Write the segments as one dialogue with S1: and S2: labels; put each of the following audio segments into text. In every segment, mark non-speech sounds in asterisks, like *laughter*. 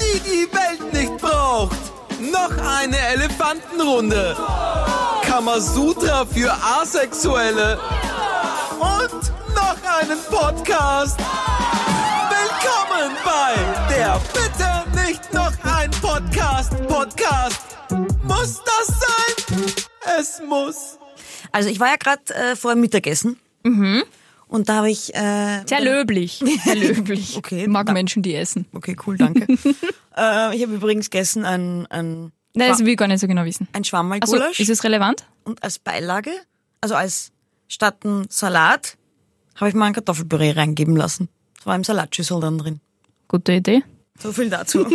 S1: die die Welt nicht braucht. Noch eine Elefantenrunde. Kamasutra für Asexuelle. Und noch einen Podcast. Willkommen bei der Bitte nicht noch ein Podcast. Podcast. Muss das sein? Es muss.
S2: Also ich war ja gerade äh, vor dem Mittagessen. Und da habe ich... Äh,
S3: Sehr *laughs* löblich. Sehr löblich.
S2: Okay,
S3: Mag
S2: da-
S3: Menschen, die essen.
S2: okay, cool, danke. äh, ich habe übrigens gegessen ein, ein,
S3: Nein, das will ich gar nicht so genau wissen.
S2: ein
S3: Also,
S2: Schwammerlgulasch.
S3: ist es relevant?
S2: und als Beilage, also als statt ein Salat, habe ich mal ein Kartoffelpüree reingeben lassen. Das war im Salatschüssel dann drin.
S3: Gute Idee.
S2: So viel dazu.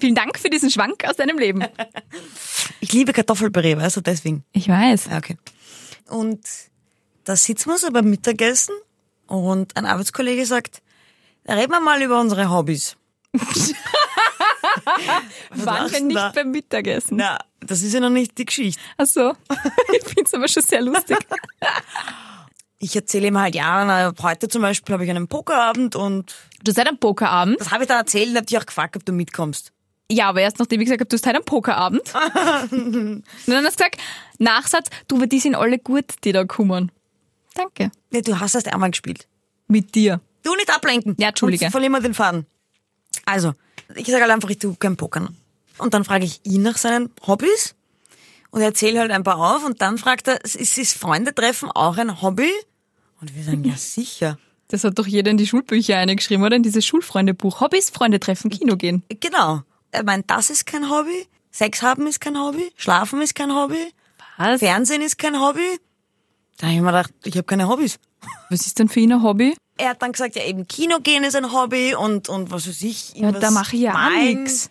S3: Vielen Dank für diesen Schwank aus deinem Leben.
S2: ich liebe Kartoffelpüree, weißt du, deswegen.
S3: *laughs* Ich weiß.
S2: Ja, okay. Und da sitzen wir so beim Mittagessen und ein Arbeitskollege sagt, reden wir mal über unsere Hobbys. Was
S3: Wann,
S2: lachst
S3: wenn
S2: denn
S3: nicht
S2: da?
S3: beim Mittagessen?
S2: Na, das ist ja noch nicht die Geschichte.
S3: Ach so. *laughs* ich finde es aber schon sehr *laughs* lustig.
S2: Ich erzähle ihm halt, ja, na, heute zum Beispiel habe ich einen Pokerabend und
S3: Du seid am Pokerabend.
S2: das habe ich dann erzählt und habe dich auch gefragt, ob du mitkommst.
S3: Ja, aber erst nachdem ich gesagt habe, du hast heute einen Pokerabend.
S2: *laughs*
S3: und dann hast du gesagt, Nachsatz, du, aber die sind alle gut, die da kommen. Danke.
S2: Nee, du hast erst einmal gespielt.
S3: Mit dir.
S2: Du nicht ablenken.
S3: Ja, Entschuldige.
S2: Sonst verlieren wir den Faden. Also, ich sage halt einfach, ich tue kein Pokern. Und dann frage ich ihn nach seinen Hobbys und erzähle halt ein paar auf und dann fragt er, ist ist Freunde treffen auch ein Hobby? Und wir
S3: *laughs*
S2: sagen, ja sicher.
S3: Das hat doch jeder in die Schulbücher eingeschrieben, oder? In dieses Schulfreundebuch. Hobbys, Freunde treffen, Kino gehen.
S2: Genau. Er meint, das ist kein Hobby, Sex haben ist kein Hobby, Schlafen ist kein Hobby,
S3: Was?
S2: Fernsehen ist kein Hobby. Da habe ich mir gedacht, ich habe keine Hobbys.
S3: Was ist denn für ihn ein Hobby?
S2: Er hat dann gesagt, ja eben Kino gehen ist ein Hobby und, und was weiß ich.
S3: Ja, da
S2: irgendwas
S3: mache ich ja auch
S2: malen.
S3: nix.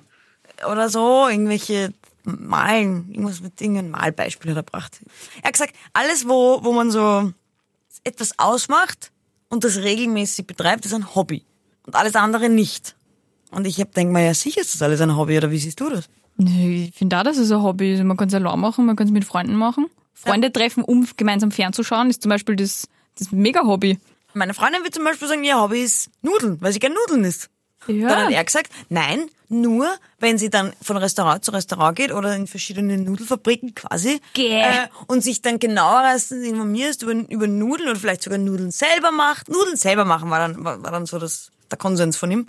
S2: oder so, irgendwelche Malen, irgendwas mit irgendeinem Malbeispiel hat er gebracht. Er hat gesagt, alles, wo, wo man so etwas ausmacht und das regelmäßig betreibt, ist ein Hobby. Und alles andere nicht. Und ich hab denk mal, ja sicher ist das alles ein Hobby, oder wie siehst du das?
S3: Nee, Ich finde auch, dass es ein Hobby ist. Also Man kann es allein machen, man kann es mit Freunden machen. Freunde treffen, um gemeinsam fernzuschauen, ist zum Beispiel das, das Mega-Hobby.
S2: Meine Freundin wird zum Beispiel sagen, ihr Hobby ist Nudeln, weil sie gern Nudeln isst. Dann hat er gesagt, nein, nur wenn sie dann von Restaurant zu Restaurant geht oder in verschiedene Nudelfabriken quasi äh,
S3: Gäh.
S2: und sich dann genauer informierst über, über Nudeln oder vielleicht sogar Nudeln selber macht. Nudeln selber machen war dann, war, war dann so das, der Konsens von ihm.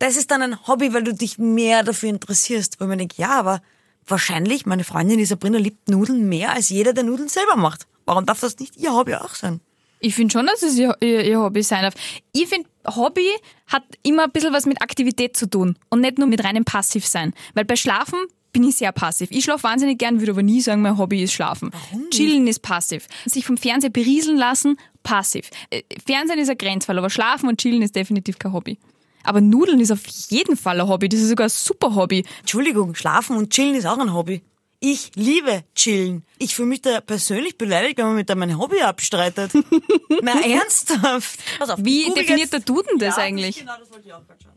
S2: Das ist dann ein Hobby, weil du dich mehr dafür interessierst. Weil man denkt, ja, aber wahrscheinlich, meine Freundin, die Sabrina, liebt Nudeln mehr als jeder, der Nudeln selber macht. Warum darf das nicht ihr Hobby auch sein?
S3: Ich finde schon, dass es ihr, ihr, ihr Hobby sein darf. Ich finde, Hobby hat immer ein bisschen was mit Aktivität zu tun und nicht nur mit reinem Passivsein. Weil bei Schlafen bin ich sehr passiv. Ich schlafe wahnsinnig gern, würde aber nie sagen, mein Hobby ist Schlafen. Chillen ist passiv. Sich vom Fernseher berieseln lassen, passiv. Äh, Fernsehen ist ein Grenzfall, aber Schlafen und Chillen ist definitiv kein Hobby. Aber Nudeln ist auf jeden Fall ein Hobby. Das ist sogar ein super Hobby.
S2: Entschuldigung, schlafen und chillen ist auch ein Hobby. Ich liebe chillen. Ich fühle mich da persönlich beleidigt, wenn man mit da mein Hobby *laughs* abstreitet. Na, ernsthaft. Pass auf,
S3: Wie
S2: ich google
S3: definiert
S2: jetzt-
S3: der Duden das
S2: Ja,
S3: eigentlich?
S2: Genau, das wollte ich auch gerade schauen.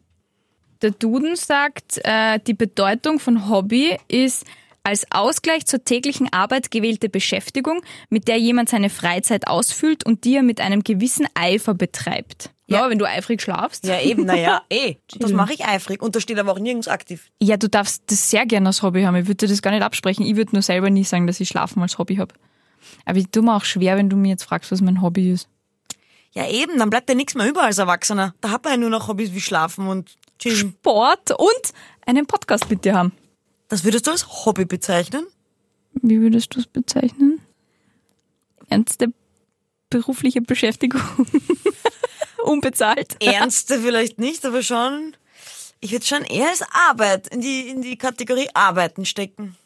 S3: Der Duden sagt, äh, die Bedeutung von Hobby ist als Ausgleich zur täglichen Arbeit gewählte Beschäftigung, mit der jemand seine Freizeit ausfüllt und die er mit einem gewissen Eifer betreibt. Ja, wenn du eifrig schlafst.
S2: Ja, eben, naja, eh. Und *laughs* das mache ich eifrig. Und da steht aber auch nirgends aktiv.
S3: *laughs* Ja, du darfst das sehr gerne als Hobby haben. Ich würde dir das gar nicht absprechen. Ich würde nur selber nie sagen, dass ich Schlafen als Hobby habe. Aber ich tue mir auch schwer, wenn du mir jetzt fragst, was mein Hobby ist.
S2: Ja, eben, dann bleibt ja nichts mehr über als Erwachsener. Da hat man ja nur noch Hobbys wie Schlafen und Chillen.
S3: Sport und einen Podcast mit dir haben.
S2: Das würdest du als Hobby bezeichnen?
S3: Wie würdest du es bezeichnen? Ernste berufliche Beschäftigung. *laughs* Unbezahlt.
S2: *laughs* Ernste vielleicht nicht, aber schon. Ich würde schon eher als Arbeit in die, in die Kategorie Arbeiten stecken.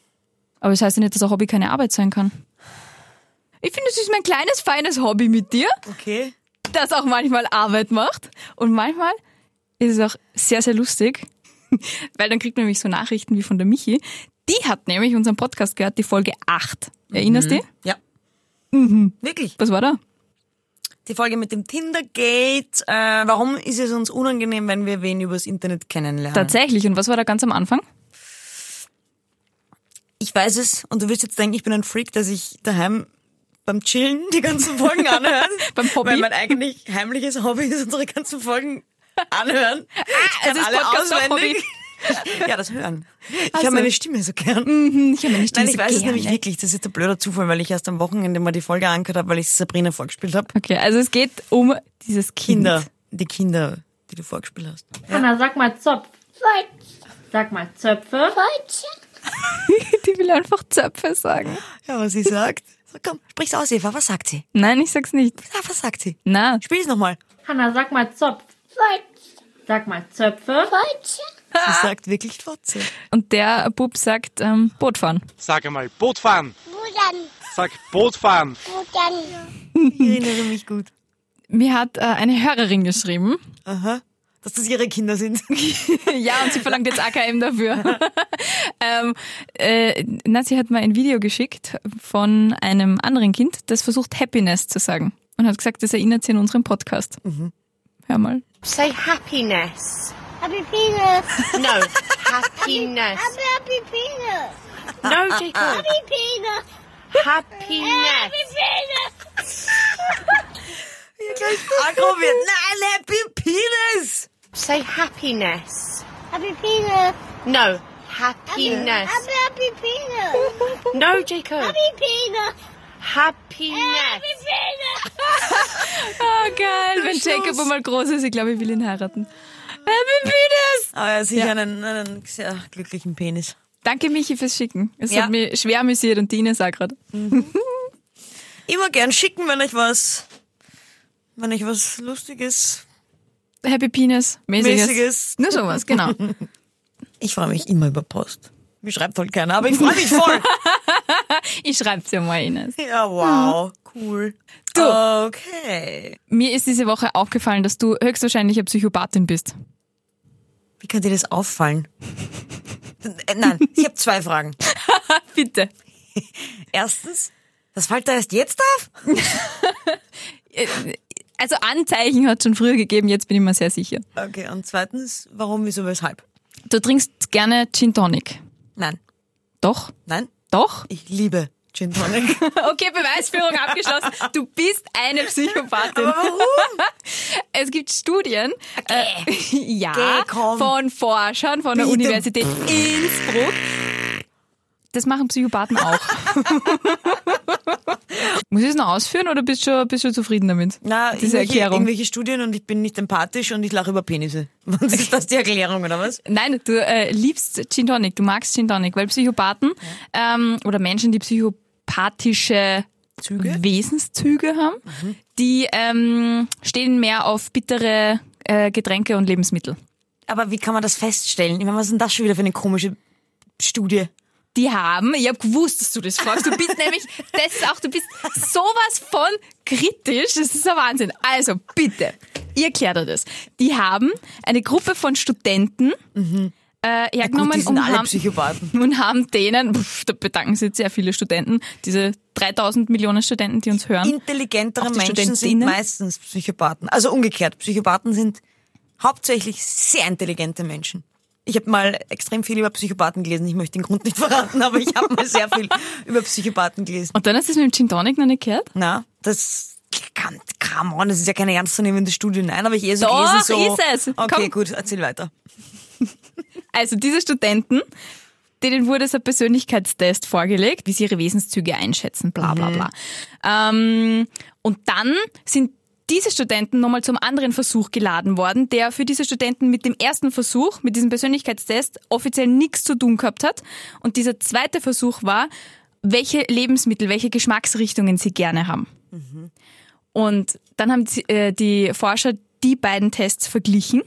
S3: Aber das heißt ja nicht, dass ein Hobby keine Arbeit sein kann. Ich finde, es ist mein kleines, feines Hobby mit dir,
S2: Okay.
S3: das auch manchmal Arbeit macht. Und manchmal ist es auch sehr, sehr lustig, *laughs* weil dann kriegt man nämlich so Nachrichten wie von der Michi. Die hat nämlich unseren Podcast gehört, die Folge 8. Erinnerst du? dich?
S2: Ja.
S3: Mhm.
S2: Wirklich.
S3: Was war da?
S2: Die Folge mit dem Tinder-Gate. Äh, warum ist es uns unangenehm, wenn wir wen übers Internet kennenlernen?
S3: Tatsächlich. Und was war da ganz am Anfang?
S2: ich weiß es und du wirst jetzt denken, ich bin ein Freak, dass ich daheim beim Chillen die ganzen Folgen anhöre.
S3: *laughs* Beim Hobby?
S2: Weil mein eigentlich heimliches Hobby ist, unsere ganzen Folgen anhören. Ich kann
S3: also ist
S2: alle
S3: Podcast auch
S2: auswendig. Ja, das hören. Ich
S3: Also. Mhm,
S2: habe meine Stimme so gern.
S3: Hm, Ich habe nicht
S2: Nein,
S3: diese
S2: ich weiß es
S3: gerne.
S2: nämlich wirklich. Das ist ein blöder Zufall, weil ich erst am Wochenende mal die Folge angehört habe, weil ich Sabrina vorgespielt habe.
S3: Okay, also es geht um dieses Kind.
S2: Kinder,
S3: Mhm.
S2: die Kinder, die du vorgespielt hast.
S4: Hanna, sag mal Zopf. Sag mal Zöpfe.
S3: *laughs* Die will einfach Zöpfe sagen.
S2: Ja, was sie sagt. *laughs* So, komm, sprich's aus, Eva. Was sagt sie?
S3: Nein, ich sag's nicht.
S2: Ja, was sagt sie?
S3: Na,
S2: Spiel's *laughs* nochmal.
S4: Hanna, sag mal Zopf. Sag mal Zöpfe.
S2: Sie sagt wirklich Fotze.
S3: und der Bub sagt ähm, Boot fahren.
S5: Sag einmal, Boot fahren.
S6: Rudern,
S5: Sag Boot fahren.
S6: rudern.
S2: Ich erinnere mich gut.
S3: Mir hat äh, eine Hörerin geschrieben.
S2: Dass das ihre Kinder *laughs* sind.
S3: *laughs* Ja, und sie verlangt jetzt AKM *laughs* dafür. ähm, äh, na, sie hat mal ein Video geschickt von einem anderen Kind, das versucht Happiness zu sagen. Und hat gesagt, das erinnert sie an unseren Podcast. Hör mal.
S7: Say happiness.
S6: Happy penis.
S7: No, happiness.
S6: Happy, happy penis.
S7: No, Jacob.
S6: Happy penis.
S7: Happiness.
S6: Happy penis.
S2: Agro wird. Nein, Happy Penis!
S7: Say happiness.
S6: Happy penis.
S7: No, happiness.
S6: Happy, happy penis.
S7: No, Jacob.
S6: Happy penis.
S7: Happiness.
S6: Happy penis.
S3: Oh, geil. Wenn Jacob einmal groß ist, ich glaube, ich will ihn heiraten. Happy Penis!
S2: Aber er hat sicher einen, einen sehr glücklichen Penis.
S3: Danke, Michi, fürs Schicken. Es
S2: Ja.
S3: hat mich schwer amüsiert und die Ines auch gerade.
S2: Immer gern schicken, wenn ich was, wenn ich was Lustiges,
S3: Happy Penis. Mäßiges.
S2: Mäßiges.
S3: Nur sowas, genau. *laughs*
S2: Ich freue mich immer über Post. Mir schreibt halt keiner, aber ich freue mich *laughs* voll.
S3: Ich schreib's ja mal, Ines.
S2: ja, wow, cool. Du. Okay.
S3: Mir ist diese Woche aufgefallen, dass du höchstwahrscheinlich eine Psychopathin bist.
S2: Wie kann dir das auffallen? Äh, Nein, ich habe zwei Fragen.
S3: Bitte.
S2: Erstens, das fällt da erst jetzt auf?
S3: Also Anzeichen hat schon früher gegeben, jetzt bin ich mir sehr sicher.
S2: Okay, und zweitens, warum, wieso, weshalb?
S3: Du trinkst gerne Gin Tonic.
S2: Nein,
S3: Doch?
S2: nein,
S3: Doch?
S2: ich liebe Gin Tonic.
S3: *laughs* Okay, Beweisführung abgeschlossen. Du bist eine *laughs*
S2: *laughs*
S3: Psychopathin.
S2: warum?
S3: Es gibt Studien äh, *laughs* ja,
S2: Geh, komm.
S3: von Forschern von der
S2: Bitte.
S3: Universität Innsbruck. Das machen Psychopathen
S2: *laughs*
S3: auch. Muss ich es noch ausführen oder bist du, bist du zufrieden damit?
S2: Na,
S3: Diese
S2: irgendwelche,
S3: Erklärung.
S2: irgendwelche Studien und ich bin nicht empathisch und ich lache über Penisse. *laughs* Was ist das die Erklärung, oder was?
S3: Nein, du äh, liebst Gin Tonic, du magst Gin Tonic, weil Psychopathen ähm, oder Menschen, die psychopathische
S2: Züge? Mhm.
S3: Wesenszüge haben, die ähm, stehen mehr auf bittere äh, Getränke und Lebensmittel.
S2: Aber wie kann man das feststellen? Ich meine, was ist denn das schon wieder für eine komische Studie?
S3: Die haben, ich habe gewusst, dass du das fragst. Du
S2: *laughs*
S3: bist nämlich, das ist auch, du bist sowas von kritisch. Das ist ein Wahnsinn. Also bitte, ihr klärt euch das. Die haben eine Gruppe von Studenten äh,
S2: Mhm.
S3: hergenommen
S2: Gut, die sind
S3: und
S2: alle
S3: haben
S2: Psychopathen.
S3: und haben denen, pff, da bedanken sich jetzt sehr viele Studenten, diese 3000 Millionen Studenten, die uns hören.
S2: Intelligentere
S3: Hm? Auch die
S2: Menschen sind
S3: Studentinnen?
S2: meistens Psychopathen. Also umgekehrt, Psychopathen sind hauptsächlich sehr intelligente Menschen. Ich habe mal extrem viel über Psychopathen gelesen. Ich möchte den Grund nicht *laughs* verraten, aber ich habe mal sehr viel über Psychopathen gelesen.
S3: Und dann hast du es mit dem Gin Tonic noch nicht gehört?
S2: Na, das kann, come on, das ist ja keine ernstzunehmende Studie. Nein, aber ich eher so
S3: Doch,
S2: gelesen, so.
S3: ist es.
S2: Okay,
S3: Komm.
S2: gut, erzähl weiter.
S3: Also diese Studenten, denen wurde so ein Persönlichkeitstest vorgelegt, wie sie ihre Wesenszüge einschätzen, bla bla bla. Ähm, und dann sind diese Studenten nochmal zum anderen Versuch geladen worden, der für diese Studenten mit dem ersten Versuch, mit diesem Persönlichkeitstest, offiziell nichts zu tun gehabt hat. Und dieser zweite Versuch war, welche Lebensmittel, welche Geschmacksrichtungen sie gerne haben. Und dann haben die, äh, die Forscher die beiden Tests verglichen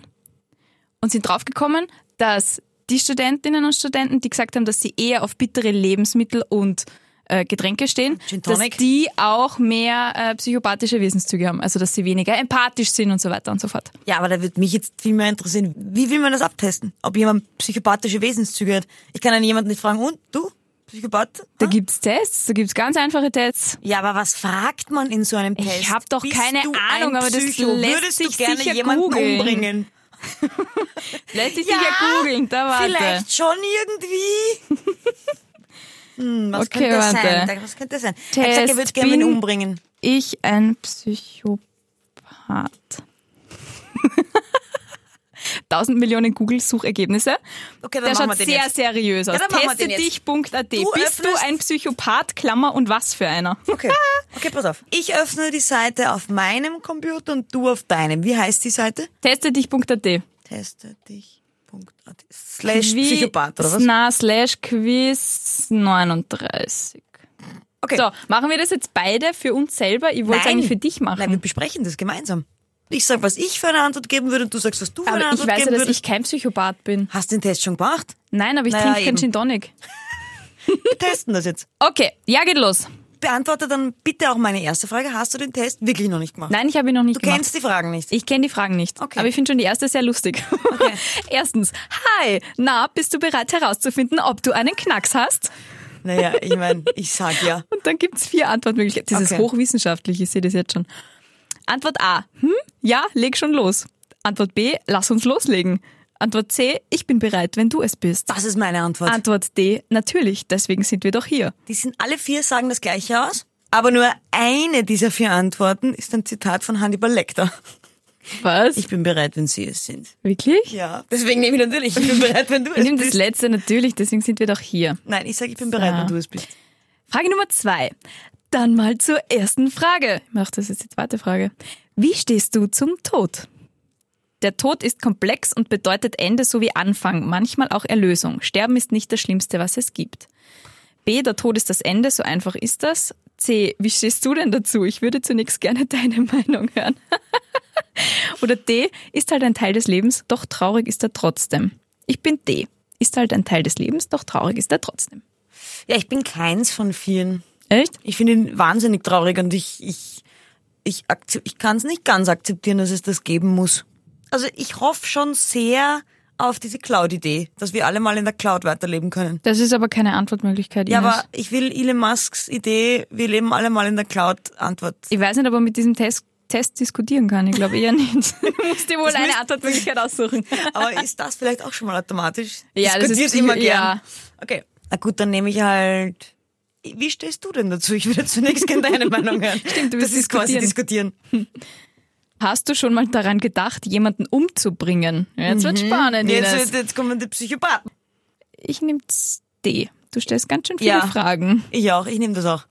S3: und sind draufgekommen, dass die Studentinnen und Studenten, die gesagt haben, dass sie eher auf bittere Lebensmittel und äh, Getränke stehen,
S2: Gin
S3: dass
S2: Tonic.
S3: die auch mehr äh, psychopathische Wesenszüge haben, also dass sie weniger empathisch sind und so weiter und so fort.
S2: Ja, aber da würde mich jetzt viel mehr interessieren, wie will man das abtesten? Ob jemand psychopathische Wesenszüge hat? Ich kann einen jemanden nicht fragen, und du? Psychopath?
S3: Da gibt's Tests, da gibt's ganz einfache Tests.
S2: Ja, aber was fragt man in so einem Test?
S3: hab doch
S2: Bist
S3: keine
S2: du
S3: Ahnung,
S2: ein
S3: aber das
S2: Psycho?
S3: lässt
S2: Würdest
S3: sich
S2: du gerne
S3: sicher
S2: jemanden
S3: googeln.
S2: umbringen?
S3: Lässt sich sicher googeln, da warte.
S2: Vielleicht schon irgendwie.
S3: *laughs*
S2: Hm, was
S3: Okay,
S2: könnte das
S3: warte.
S2: sein? Was könnte das sein?
S3: Test,
S2: er hat gesagt, er würde gerne
S3: bin-
S2: ihn umbringen.
S3: *laughs* Ich ein Psychopath. 1000 Millionen Google-Suchergebnisse.
S2: Okay, dann
S3: der
S2: machen
S3: schaut
S2: wir den
S3: sehr
S2: jetzt.
S3: seriös aus.
S2: Ja, dann machen wir den jetzt.
S3: Testedich.at.
S2: Du
S3: Bist du
S2: öffnest-
S3: ein Psychopath, Klammer und was für einer? *laughs*
S2: Okay. Okay, pass auf. Ich öffne die Seite auf meinem Computer und du auf deinem. Wie heißt die Seite?
S3: Testedich.at.
S2: Teste dich. Slash
S3: Wie-
S2: Psychopath, oder was?
S3: Na, slash Quiz 39.
S2: Okay.
S3: So, machen wir das jetzt beide für uns selber? Ich wollte es eigentlich für dich machen.
S2: Nein, wir besprechen das gemeinsam. Ich sag, was ich für eine Antwort geben würde und du sagst, was du für eine
S3: aber ich
S2: Antwort
S3: weiß ja,
S2: geben
S3: dass
S2: würdest.
S3: ich kein Psychopath bin.
S2: Hast den Test schon gemacht?
S3: Nein, aber ich
S2: Naja,
S3: trinke keinen
S2: eben.
S3: Gin Tonic.
S2: Wir testen das jetzt.
S3: Okay, ja, geht los.
S2: Beantworte dann bitte auch meine erste Frage. Hast du den Test wirklich noch nicht gemacht?
S3: Nein, ich habe ihn noch nicht
S2: Du
S3: gemacht.
S2: kennst die Fragen nicht.
S3: Ich kenne die Fragen nicht.
S2: Okay.
S3: Aber ich finde schon die erste sehr lustig. *laughs* Erstens, hi, na, bist du bereit herauszufinden, ob du einen Knacks hast?
S2: Naja, ich meine, ich sag ja.
S3: Und dann gibt's vier Antwortmöglichkeiten. Das ist
S2: Okay.
S3: hochwissenschaftlich, ich sehe das jetzt schon. Antwort A, hm, ja, leg schon los. Antwort B, lass uns loslegen. Antwort C, ich bin bereit, wenn du es bist.
S2: Das ist meine Antwort.
S3: Antwort D, natürlich, deswegen sind wir doch hier.
S2: Die sind alle vier sagen das gleiche aus, aber nur eine dieser vier Antworten ist ein Zitat von Hannibal Lecter.
S3: Was?
S2: Ich bin bereit, wenn Sie es sind.
S3: wirklich?
S2: Ja. Deswegen nehme ich *laughs* natürlich, ich bin bereit, wenn du
S3: Ich
S2: es
S3: nehme das
S2: bist.
S3: letzte natürlich, deswegen sind wir doch hier.
S2: Nein, ich sage, ich bin bereit, wenn du es bist.
S3: Frage Nummer zwei. Dann mal zur ersten Frage. Ich mache das jetzt die zweite Frage. Wie stehst du zum Tod? Der Tod ist komplex und bedeutet Ende sowie Anfang, manchmal auch Erlösung. Sterben ist nicht das Schlimmste, was es gibt. B, der Tod ist das Ende, so einfach ist das. C, wie stehst du denn dazu? Ich würde zunächst gerne *laughs* deine Meinung hören. *laughs* Oder D, ist halt ein Teil des Lebens, doch traurig ist er trotzdem. Ich bin D, ist halt ein Teil des Lebens, doch traurig ist er trotzdem.
S2: Ja, ich bin keins von vielen.
S3: Echt?
S2: Ich finde ihn wahnsinnig traurig und ich, ich, ich, akzep- ich kann es nicht ganz akzeptieren, dass es das geben muss. Also ich hoffe schon sehr auf diese Cloud-Idee, dass wir alle mal in der Cloud weiterleben können.
S3: Das ist aber keine Antwortmöglichkeit.
S2: Ja,
S3: Ines.
S2: aber ich will Elon Musks Idee, wir leben alle mal in der Cloud, Antwort.
S3: ich weiß nicht, ob man mit diesem Test, Test diskutieren kann. Ich glaube eher *laughs* nicht. Du musst dir wohl
S2: Das
S3: eine
S2: müsst-
S3: Antwortmöglichkeit aussuchen. *laughs*
S2: Aber ist das vielleicht auch schon mal automatisch?
S3: Ja, das
S2: Diskutiert
S3: ist-
S2: immer
S3: ja.
S2: gern. Okay. Na gut, dann nehme ich halt. Wie stehst du denn dazu? Ich würde zunächst gerne
S3: *laughs*
S2: deine Meinung hören. Stimmt,
S3: du
S2: das
S3: willst
S2: ist quasi diskutieren.
S3: Hast du schon mal daran gedacht, jemanden umzubringen? Ja, Mhm. Jetzt wird spannend, Ines.
S2: Jetzt, jetzt kommen die Psychopathen.
S3: Ich nehme D. Du stellst ganz schön viele
S2: Ja.
S3: Fragen.
S2: Ich auch, ich nehme das auch.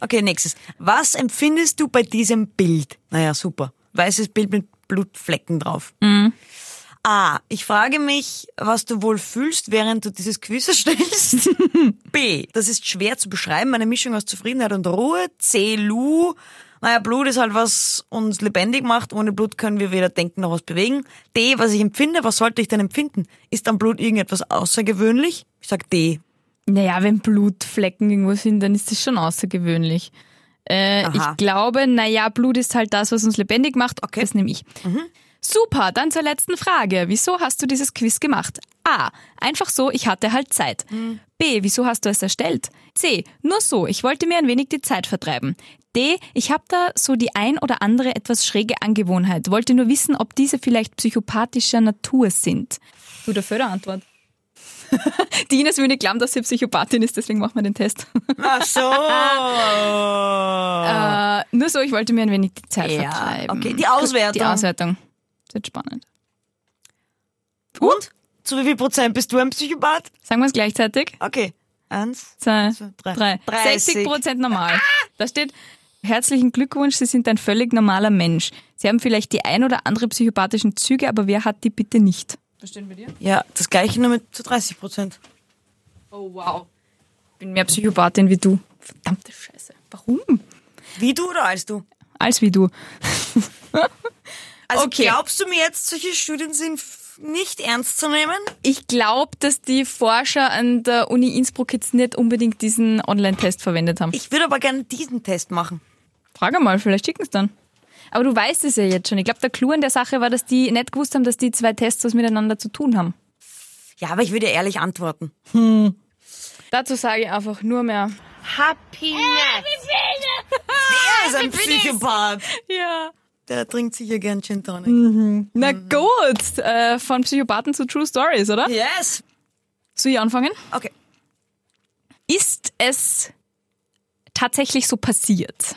S2: Okay, nächstes. Was empfindest du bei diesem Bild? Naja, super. Weißes Bild mit Blutflecken drauf. A. Ich frage mich, was du wohl fühlst, während du dieses Quiz erstellst. B. Das ist schwer zu beschreiben, eine Mischung aus Zufriedenheit und Ruhe. C. Lu. Naja, Blut ist halt, was uns lebendig macht. Ohne Blut können wir weder denken noch was bewegen. D. Was ich empfinde, was sollte ich denn empfinden? Ist am Blut irgendetwas außergewöhnlich? Ich sag D.
S3: Naja, wenn Blutflecken irgendwo sind, dann ist das schon außergewöhnlich. Äh,
S2: Aha.
S3: ich glaube, naja, Blut ist halt das, was uns lebendig macht. Okay. Das nehme ich. Super, dann zur letzten Frage. Wieso hast du dieses Quiz gemacht? A. Einfach so, ich hatte halt Zeit. B. Wieso hast du es erstellt? C. Nur so, ich wollte mir ein wenig die Zeit vertreiben. D. Ich habe da so die ein oder andere etwas schräge Angewohnheit. Wollte nur wissen, ob diese vielleicht psychopathischer Natur sind. Du, der Förderantwort. Die Ines würde glauben, dass sie Psychopathin ist, deswegen machen wir den Test.
S2: Ach so.
S3: Äh, nur so, ich wollte mir ein wenig die Zeit
S2: Ah. Ja,
S3: vertreiben.
S2: okay. Die
S3: Gut,
S2: Auswertung.
S3: Die Auswertung. Das wird spannend.
S2: Und? Zu wie viel Prozent bist du ein Psychopath?
S3: Sagen wir es gleichzeitig.
S2: Okay. Eins.
S3: Zwei,
S2: Zwei, Also drei.
S3: drei.
S2: Dreißig.
S3: 60 Prozent normal. Da steht, herzlichen Glückwunsch, Sie sind ein völlig normaler Mensch. Sie haben vielleicht die ein oder andere psychopathischen Züge, aber wer hat die bitte nicht?
S2: Ja, das gleiche nur mit zu 30 Prozent.
S3: Oh, wow. Ich bin mehr Psychopathin wie du. Verdammte Scheiße. Warum?
S2: Wie du oder als du?
S3: Als wie du.
S2: Also
S3: Okay.
S2: glaubst du mir jetzt, solche Studien sind f- nicht ernst zu nehmen?
S3: Ich glaube, dass die Forscher an der Uni Innsbruck jetzt nicht unbedingt diesen Online-Test verwendet haben.
S2: Ich würde aber gerne diesen Test machen.
S3: Frage mal, vielleicht schicken es dann. Aber du weißt es ja jetzt schon. Ich glaube, der Clou an der Sache war, dass die nicht gewusst haben, dass die zwei Tests was miteinander zu tun haben.
S2: Ja, aber ich würde ehrlich antworten.
S3: Dazu sage ich einfach nur mehr.
S7: Happiness.
S2: Er ist ein Psychopath.
S3: Ja.
S2: Der trinkt sicher gern Gin Tonic.
S3: Na gut, äh, von Psychopathen zu True Stories, oder?
S2: Yes.
S3: Soll ich anfangen?
S2: Okay.
S3: Ist es
S2: Mhm.
S3: tatsächlich so passiert,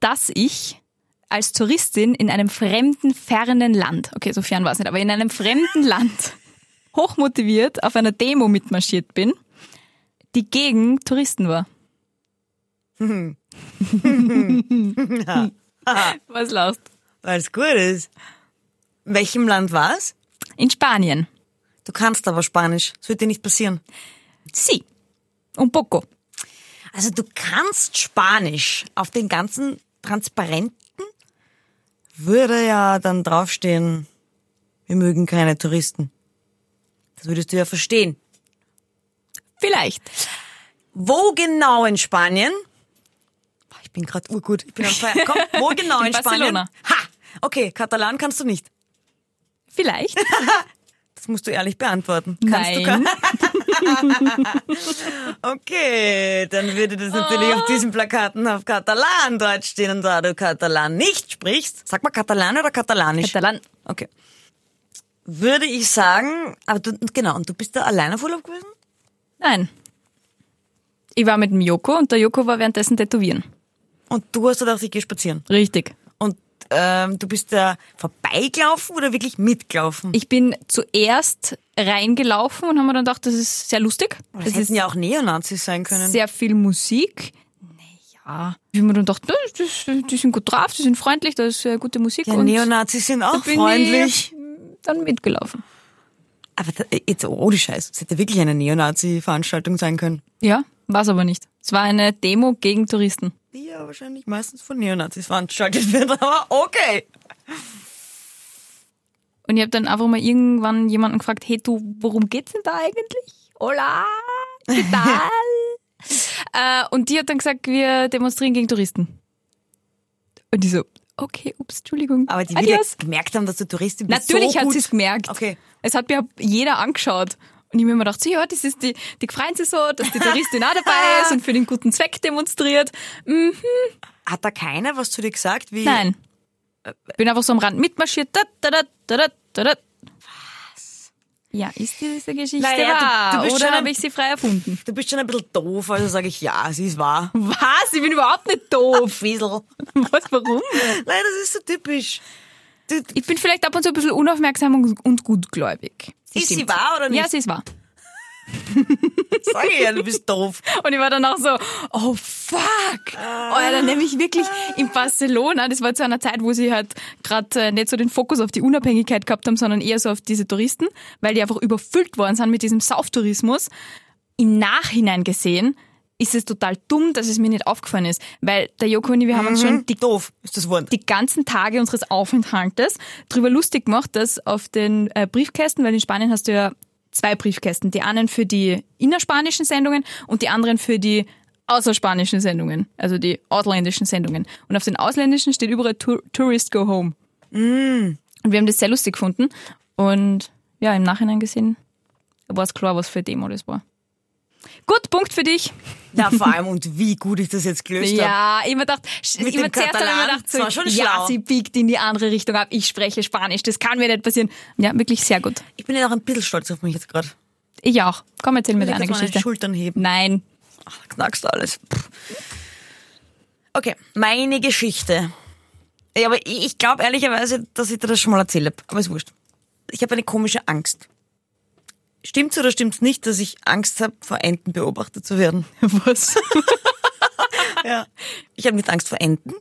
S3: dass ich als Touristin in einem fremden, fernen Land, okay, so fern war es nicht, aber in einem
S2: *laughs*
S3: fremden Land hochmotiviert auf einer Demo mitmarschiert bin, die gegen
S2: *laughs*
S3: Touristen war. Was laust?
S2: Weil es gut ist. In welchem Land war's?
S3: In Spanien.
S2: Du kannst aber Spanisch. Das wird dir nicht passieren.
S3: Sie. Un poco.
S2: Also du kannst Spanisch auf den ganzen Transparenten würde ja dann draufstehen, wir mögen keine Touristen. Das würdest du ja verstehen.
S3: Vielleicht.
S2: Wo genau in Spanien? Boah, Ich bin gerade urgut. Ich bin am Feier. Komm, wo genau in,
S3: In
S2: Spanien?
S3: Barcelona.
S2: Ha! Okay, Katalan kannst du nicht.
S3: Vielleicht.
S2: Das musst du ehrlich beantworten. Kannst du
S3: Nein.
S2: *laughs* Okay, dann würde das natürlich auf diesen Plakaten auf Katalan dort stehen. Und da du Katalan nicht sprichst, sag mal Katalan oder Katalanisch?
S3: Katalan.
S2: Okay. Würde ich sagen, aber du, genau, und du bist da alleine auf Urlaub gewesen?
S3: Nein. Ich war mit dem Joko und der Joko war währenddessen tätowieren.
S2: Und du hast gedacht, ich gehe spazieren.
S3: Richtig.
S2: Und ähm, du bist da vorbeigelaufen oder wirklich mitgelaufen?
S3: Ich bin zuerst reingelaufen und haben mir dann gedacht, das ist sehr lustig.
S2: Oh, Das
S3: Es ist
S2: hätten ja auch Neonazis sein können.
S3: sehr viel Musik. Naja. Ich habe mir dann gedacht, na, das, die sind gut drauf, die sind freundlich, da ist äh, gute Musik.
S2: Ja,
S3: und
S2: Neonazis sind auch
S3: bin
S2: freundlich.
S3: Ich dann mitgelaufen.
S2: Aber da, jetzt ohne Scheiß, es hätte wirklich eine Neonazi-Veranstaltung sein können.
S3: Ja, war es aber nicht. Es war eine Demo gegen Touristen.
S2: Die ja wahrscheinlich meistens von Neonazis veranstaltet wird, *laughs* aber okay.
S3: Und ich habe dann einfach mal irgendwann jemanden gefragt, hey du, worum geht's denn da eigentlich? Hola, ¿qué
S2: *laughs*
S3: tal? äh, und die hat dann gesagt, wir demonstrieren gegen Touristen. Und die so, okay, ups, Entschuldigung.
S2: Aber die wieder
S3: Adios.
S2: gemerkt haben, dass du Touristin bist.
S3: Natürlich
S2: so
S3: hat
S2: gut.
S3: sie es gemerkt.
S2: Okay.
S3: Es hat mir jeder angeschaut. Und ich habe mir gedacht, so, ja, das ist die, die freuen sich so, dass
S2: *laughs*
S3: die Touristin auch dabei ist und für den guten Zweck demonstriert.
S2: Hat da keiner was zu dir gesagt? Wie,
S3: Nein.
S2: äh,
S3: Bin einfach so am Rand mitmarschiert. Da, da, da, da, da, da, da. Was? Ja, ist diese Geschichte
S2: Naja, du-
S3: wahr?
S2: du bist schon
S3: Oder
S2: am-
S3: habe ich sie frei erfunden?
S2: Du bist schon ein bisschen doof, also sage ich ja, sie ist wahr.
S3: Mhm. Was? Ich bin überhaupt nicht doof.
S2: Fiesel.
S3: *laughs* Was,
S2: *laughs*
S3: warum?
S2: Nein, das ist so typisch. Du,
S3: Ich bin vielleicht ab und zu ein bisschen unaufmerksam und- und gutgläubig.
S2: Ist sie
S3: stimmt.
S2: wahr oder nicht?
S3: Ja, sie ist wahr.
S2: sag ich ja, du bist doof.
S3: Und ich war dann auch so, oh fuck. Oh ja, dann nehme ich wirklich in Barcelona, das war zu einer Zeit, wo sie halt gerade äh, nicht so den Fokus auf die Unabhängigkeit gehabt haben, sondern eher so auf diese Touristen, weil die einfach überfüllt worden sind mit diesem Sauftourismus. Im Nachhinein gesehen ist es total dumm, dass es mir nicht aufgefallen ist, weil der Joko und ich, wir haben uns schon die
S2: Doof ist das Wort.
S3: die ganzen Tage unseres Aufenthaltes drüber lustig gemacht, dass auf den äh, Briefkästen, weil in Spanien hast du ja zwei Briefkästen, die einen für die innerspanischen Sendungen und die anderen für die außerspanischen Sendungen, also die ausländischen Sendungen. Und auf den ausländischen steht überall Tour Tourist Go Home. Und wir haben das sehr lustig gefunden und ja, im Nachhinein gesehen war es klar, was für eine Demo das war. Gut, Punkt für dich.
S2: Ja, vor allem, und wie gut ich das jetzt gelöst habe.
S3: *laughs* Ja, immer gedacht,
S2: Mit
S3: immer
S2: dem
S3: zuerst habe ich
S2: Katalan,
S3: mir gedacht, so,
S2: das war schon
S3: ja,
S2: schlau.
S3: sie biegt in die andere Richtung ab. Ich spreche Spanisch, das kann mir nicht passieren. Ja, wirklich sehr gut.
S2: Ich bin ja auch ein bisschen stolz auf mich jetzt gerade.
S3: Ich auch. Komm, erzähl mir
S2: Ich
S3: deine
S2: kann meine
S3: Geschichte.
S2: Schultern heben.
S3: Nein. *laughs*
S2: knackst alles. Pff. Okay, meine Geschichte. Ja, aber ich, ich glaube ehrlicherweise, dass ich dir das schon mal erzählt habe. Aber ist wurscht. Ich habe eine komische Angst. Stimmt's oder stimmt's nicht, dass ich Angst habe, vor Enten beobachtet zu werden?
S3: Was?
S2: Ja. Ich habe nicht Angst vor Enten.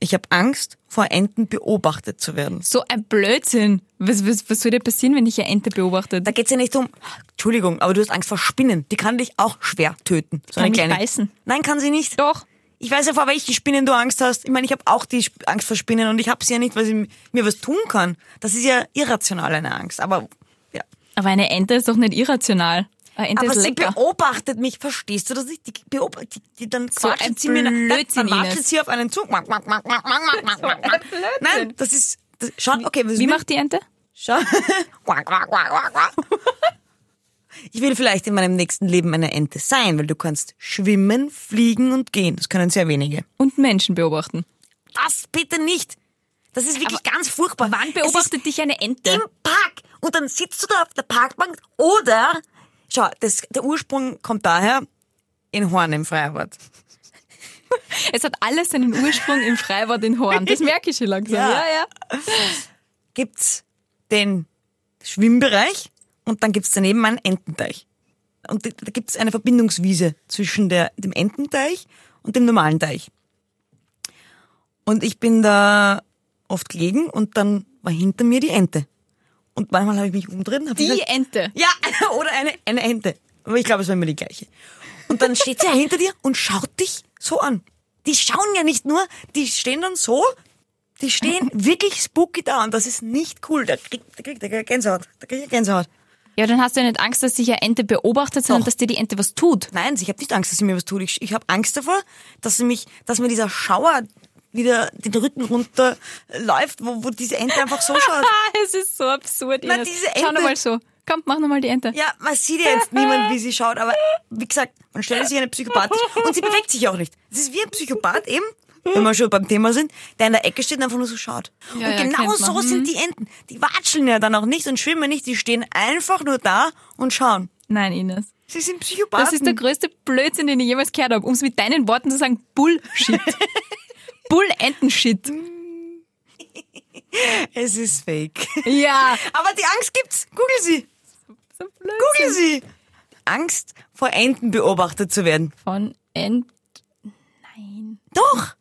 S2: Ich habe Angst, vor Enten beobachtet zu werden.
S3: So ein Blödsinn. Was, was, was soll dir passieren, wenn ich eine Ente beobachte?
S2: Da geht's ja nicht um, Entschuldigung, aber du hast Angst vor Spinnen. Die kann dich auch schwer töten. So
S3: Kann
S2: eine
S3: mich
S2: kleine.
S3: beißen.
S2: Nein, kann sie nicht.
S3: Doch.
S2: Ich weiß ja, vor welchen Spinnen du Angst hast. Ich meine, ich habe auch die Sp- Angst vor Spinnen und ich habe sie ja nicht, weil sie m- mir was tun kann. Das ist ja irrational eine Angst. Aber ja.
S3: Aber eine Ente ist doch nicht irrational. Eine Ente
S2: Aber
S3: ist
S2: sie
S3: lecker.
S2: beobachtet mich, verstehst du das nicht? Die beobachtet, die, die dann quatscht
S3: ein
S2: sie mir, na-
S3: Blödsinn,
S2: dann watschelt
S3: Ines.
S2: sie auf einen Zug. Mack, mack, mack, mack, mack, mack,
S3: *laughs*
S2: mack, mack, mack. Nein, das ist, das, schau, okay,
S3: Wie macht die Ente?
S2: schau. *laughs* Quack, quack, quack, quack, quack. *laughs* Ich will vielleicht in meinem nächsten Leben eine Ente sein, weil du kannst schwimmen, fliegen und gehen. Das können sehr wenige.
S3: Und Menschen beobachten.
S2: das bitte nicht. Das ist wirklich ganz furchtbar.
S3: Wann
S2: Es
S3: beobachtet dich eine
S2: ist
S3: Ente?
S2: im Park und dann sitzt du da auf der Parkbank oder schau, das, der Ursprung kommt daher in Horn im Freibad.
S3: Es hat alles seinen Ursprung im Freibad in Horn. Das merke ich schon langsam.
S2: Ja.
S3: Ja, ja.
S2: gibt's den Schwimmbereich und dann gibt's daneben einen Ententeich. Und da da gibt's eine Verbindungswiese zwischen der, dem Ententeich und dem normalen Teich. Und ich bin da oft gelegen und dann war hinter mir die Ente. Und manchmal habe ich mich umgedreht. und hab
S3: Die
S2: gesagt,
S3: Ente.
S2: ja, *laughs* oder eine, eine Ente. Aber ich glaube, es war immer die gleiche. Und dann steht sie ja hinter dir und schaut dich so an. Die schauen ja nicht nur, die stehen dann so, die stehen wirklich spooky da und das ist nicht cool. Da kriegt da kriegt er Gänsehaut. Da kriegt er Gänsehaut.
S3: Ja, dann hast du ja nicht Angst, dass dich eine Ente beobachtet, sondern
S2: Doch.
S3: dass dir die Ente was tut.
S2: Nein, ich habe nicht Angst, dass sie mir was tut. Ich, ich habe Angst davor, dass sie mich, dass mir dieser Schauer wieder den Rücken runterläuft, wo, wo diese Ente einfach so schaut.
S3: Ah, es ist so absurd.
S2: Na,
S3: Ines.
S2: diese
S3: Schau
S2: Ente-
S3: nochmal so. Komm, mach nochmal die Ente.
S2: Ja, man sieht ja jetzt niemand, wie sie schaut, aber wie gesagt, man stellt sich eine Psychopathin und sie bewegt sich auch nicht. Es ist wie ein Psychopath eben, wenn wir schon beim Thema sind, der in der Ecke steht und einfach nur so schaut.
S3: Ja,
S2: und
S3: ja,
S2: genau
S3: kennt
S2: so
S3: man. Hm.
S2: sind die Enten. Die watscheln ja dann auch nicht und schwimmen nicht, die stehen einfach nur da und schauen.
S3: Nein, Ines.
S2: Sie sind Psychopathen.
S3: Das ist der größte Blödsinn, den ich jemals gehört habe. Um es mit deinen Worten zu sagen,
S2: *laughs*
S3: Bullshit. Bull-Enten-Shit.
S2: es ist fake. *laughs*
S3: Ja.
S2: Aber die Angst gibt's. Google sie.
S3: So blöd.
S2: Google sie. Angst vor Enten beobachtet zu werden.
S3: Von Ent... Nein.
S2: Doch.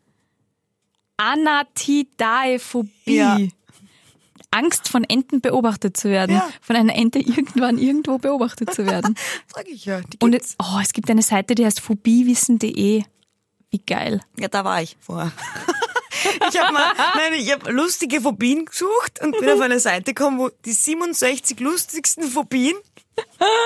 S3: Anatidaephobie.
S2: Ja.
S3: Angst von Enten beobachtet zu werden.
S2: Ja.
S3: Von einer Ente irgendwann irgendwo beobachtet
S2: *laughs*
S3: zu werden.
S2: Sag ich ja. Die
S3: Und
S2: gibt's.
S3: jetzt, oh, es gibt eine Seite, die heißt phobiewissen.de. Wie geil.
S2: Ja, da war ich vorher. *laughs* Ich habe mal, nein, ich habe lustige Phobien gesucht und bin auf eine Seite gekommen, wo die 67 lustigsten Phobien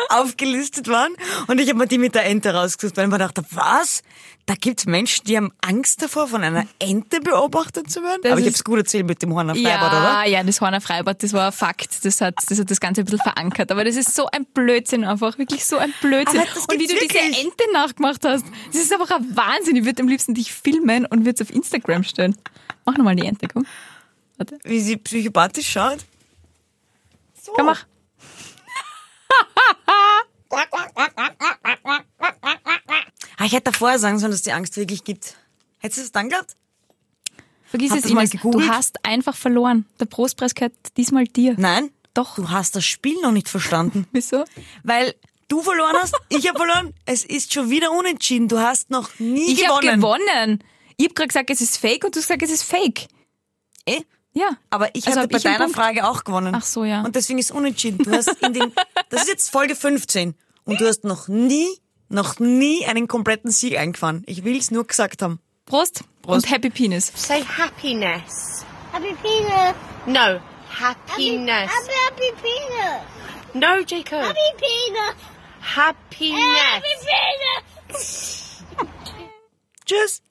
S2: aufgelistet waren und ich habe mir die mit der Ente rausgesucht, weil ich mir dachte, was? Da gibt's Menschen, die haben Angst davor, von einer Ente beobachtet zu werden.
S3: Das
S2: Aber ich
S3: ist-
S2: habe es gut erzählt mit dem Horner Freibad,
S3: ja,
S2: oder?
S3: ja, das Horner Freibad, das war ein Fakt. Das hat, das hat das Ganze ein bisschen verankert. Aber das ist so ein Blödsinn einfach. Wirklich so ein Blödsinn.
S2: Aber das
S3: und wie du
S2: gibt's
S3: diese
S2: wirklich.
S3: Ente nachgemacht hast. Das ist einfach ein Wahnsinn. Ich würde am liebsten dich filmen und würde es auf Instagram stellen. Mach nochmal die Ente, komm.
S2: Wie sie psychopathisch schaut. So.
S3: Komm, mach.
S2: Ah, ich hätte davor sagen sollen, dass die Angst wirklich gibt. Hättest du es dann gehabt?
S3: Vergiss
S2: Hab
S3: es,
S2: das mal
S3: Ines. Du
S2: gegoogelt?
S3: hast einfach verloren. Der Prostpreis gehört diesmal dir.
S2: Nein.
S3: Doch.
S2: Du hast das Spiel noch nicht verstanden.
S3: Wieso?
S2: Weil du verloren
S3: *laughs*
S2: hast, ich habe verloren. Es ist schon wieder unentschieden. Du hast noch nie
S3: Ich habe
S2: gewonnen.
S3: gewonnen. Ich habe gerade gesagt, es ist fake und du hast gesagt, es ist fake.
S2: Eh?
S3: Ja.
S2: Aber ich
S3: Also
S2: hatte
S3: hab
S2: bei
S3: ich einen
S2: deiner
S3: Punkt.
S2: Frage auch gewonnen.
S3: Ach so, ja.
S2: Und deswegen ist unentschieden. Du hast in
S3: *laughs*
S2: den, das ist jetzt Folge 15 und du hast noch nie, noch nie einen kompletten Sieg eingefahren. Ich will's nur gesagt haben.
S3: Prost.
S2: Prost.
S3: Und Happy Penis.
S7: Say happiness.
S6: Happy peanut.
S7: No,
S6: Happy,
S7: happiness.
S6: happy, happy peanut.
S7: No, Jacob.
S6: Happy peanut.
S7: Happiness.
S6: Happy peanut.
S2: Tschüss.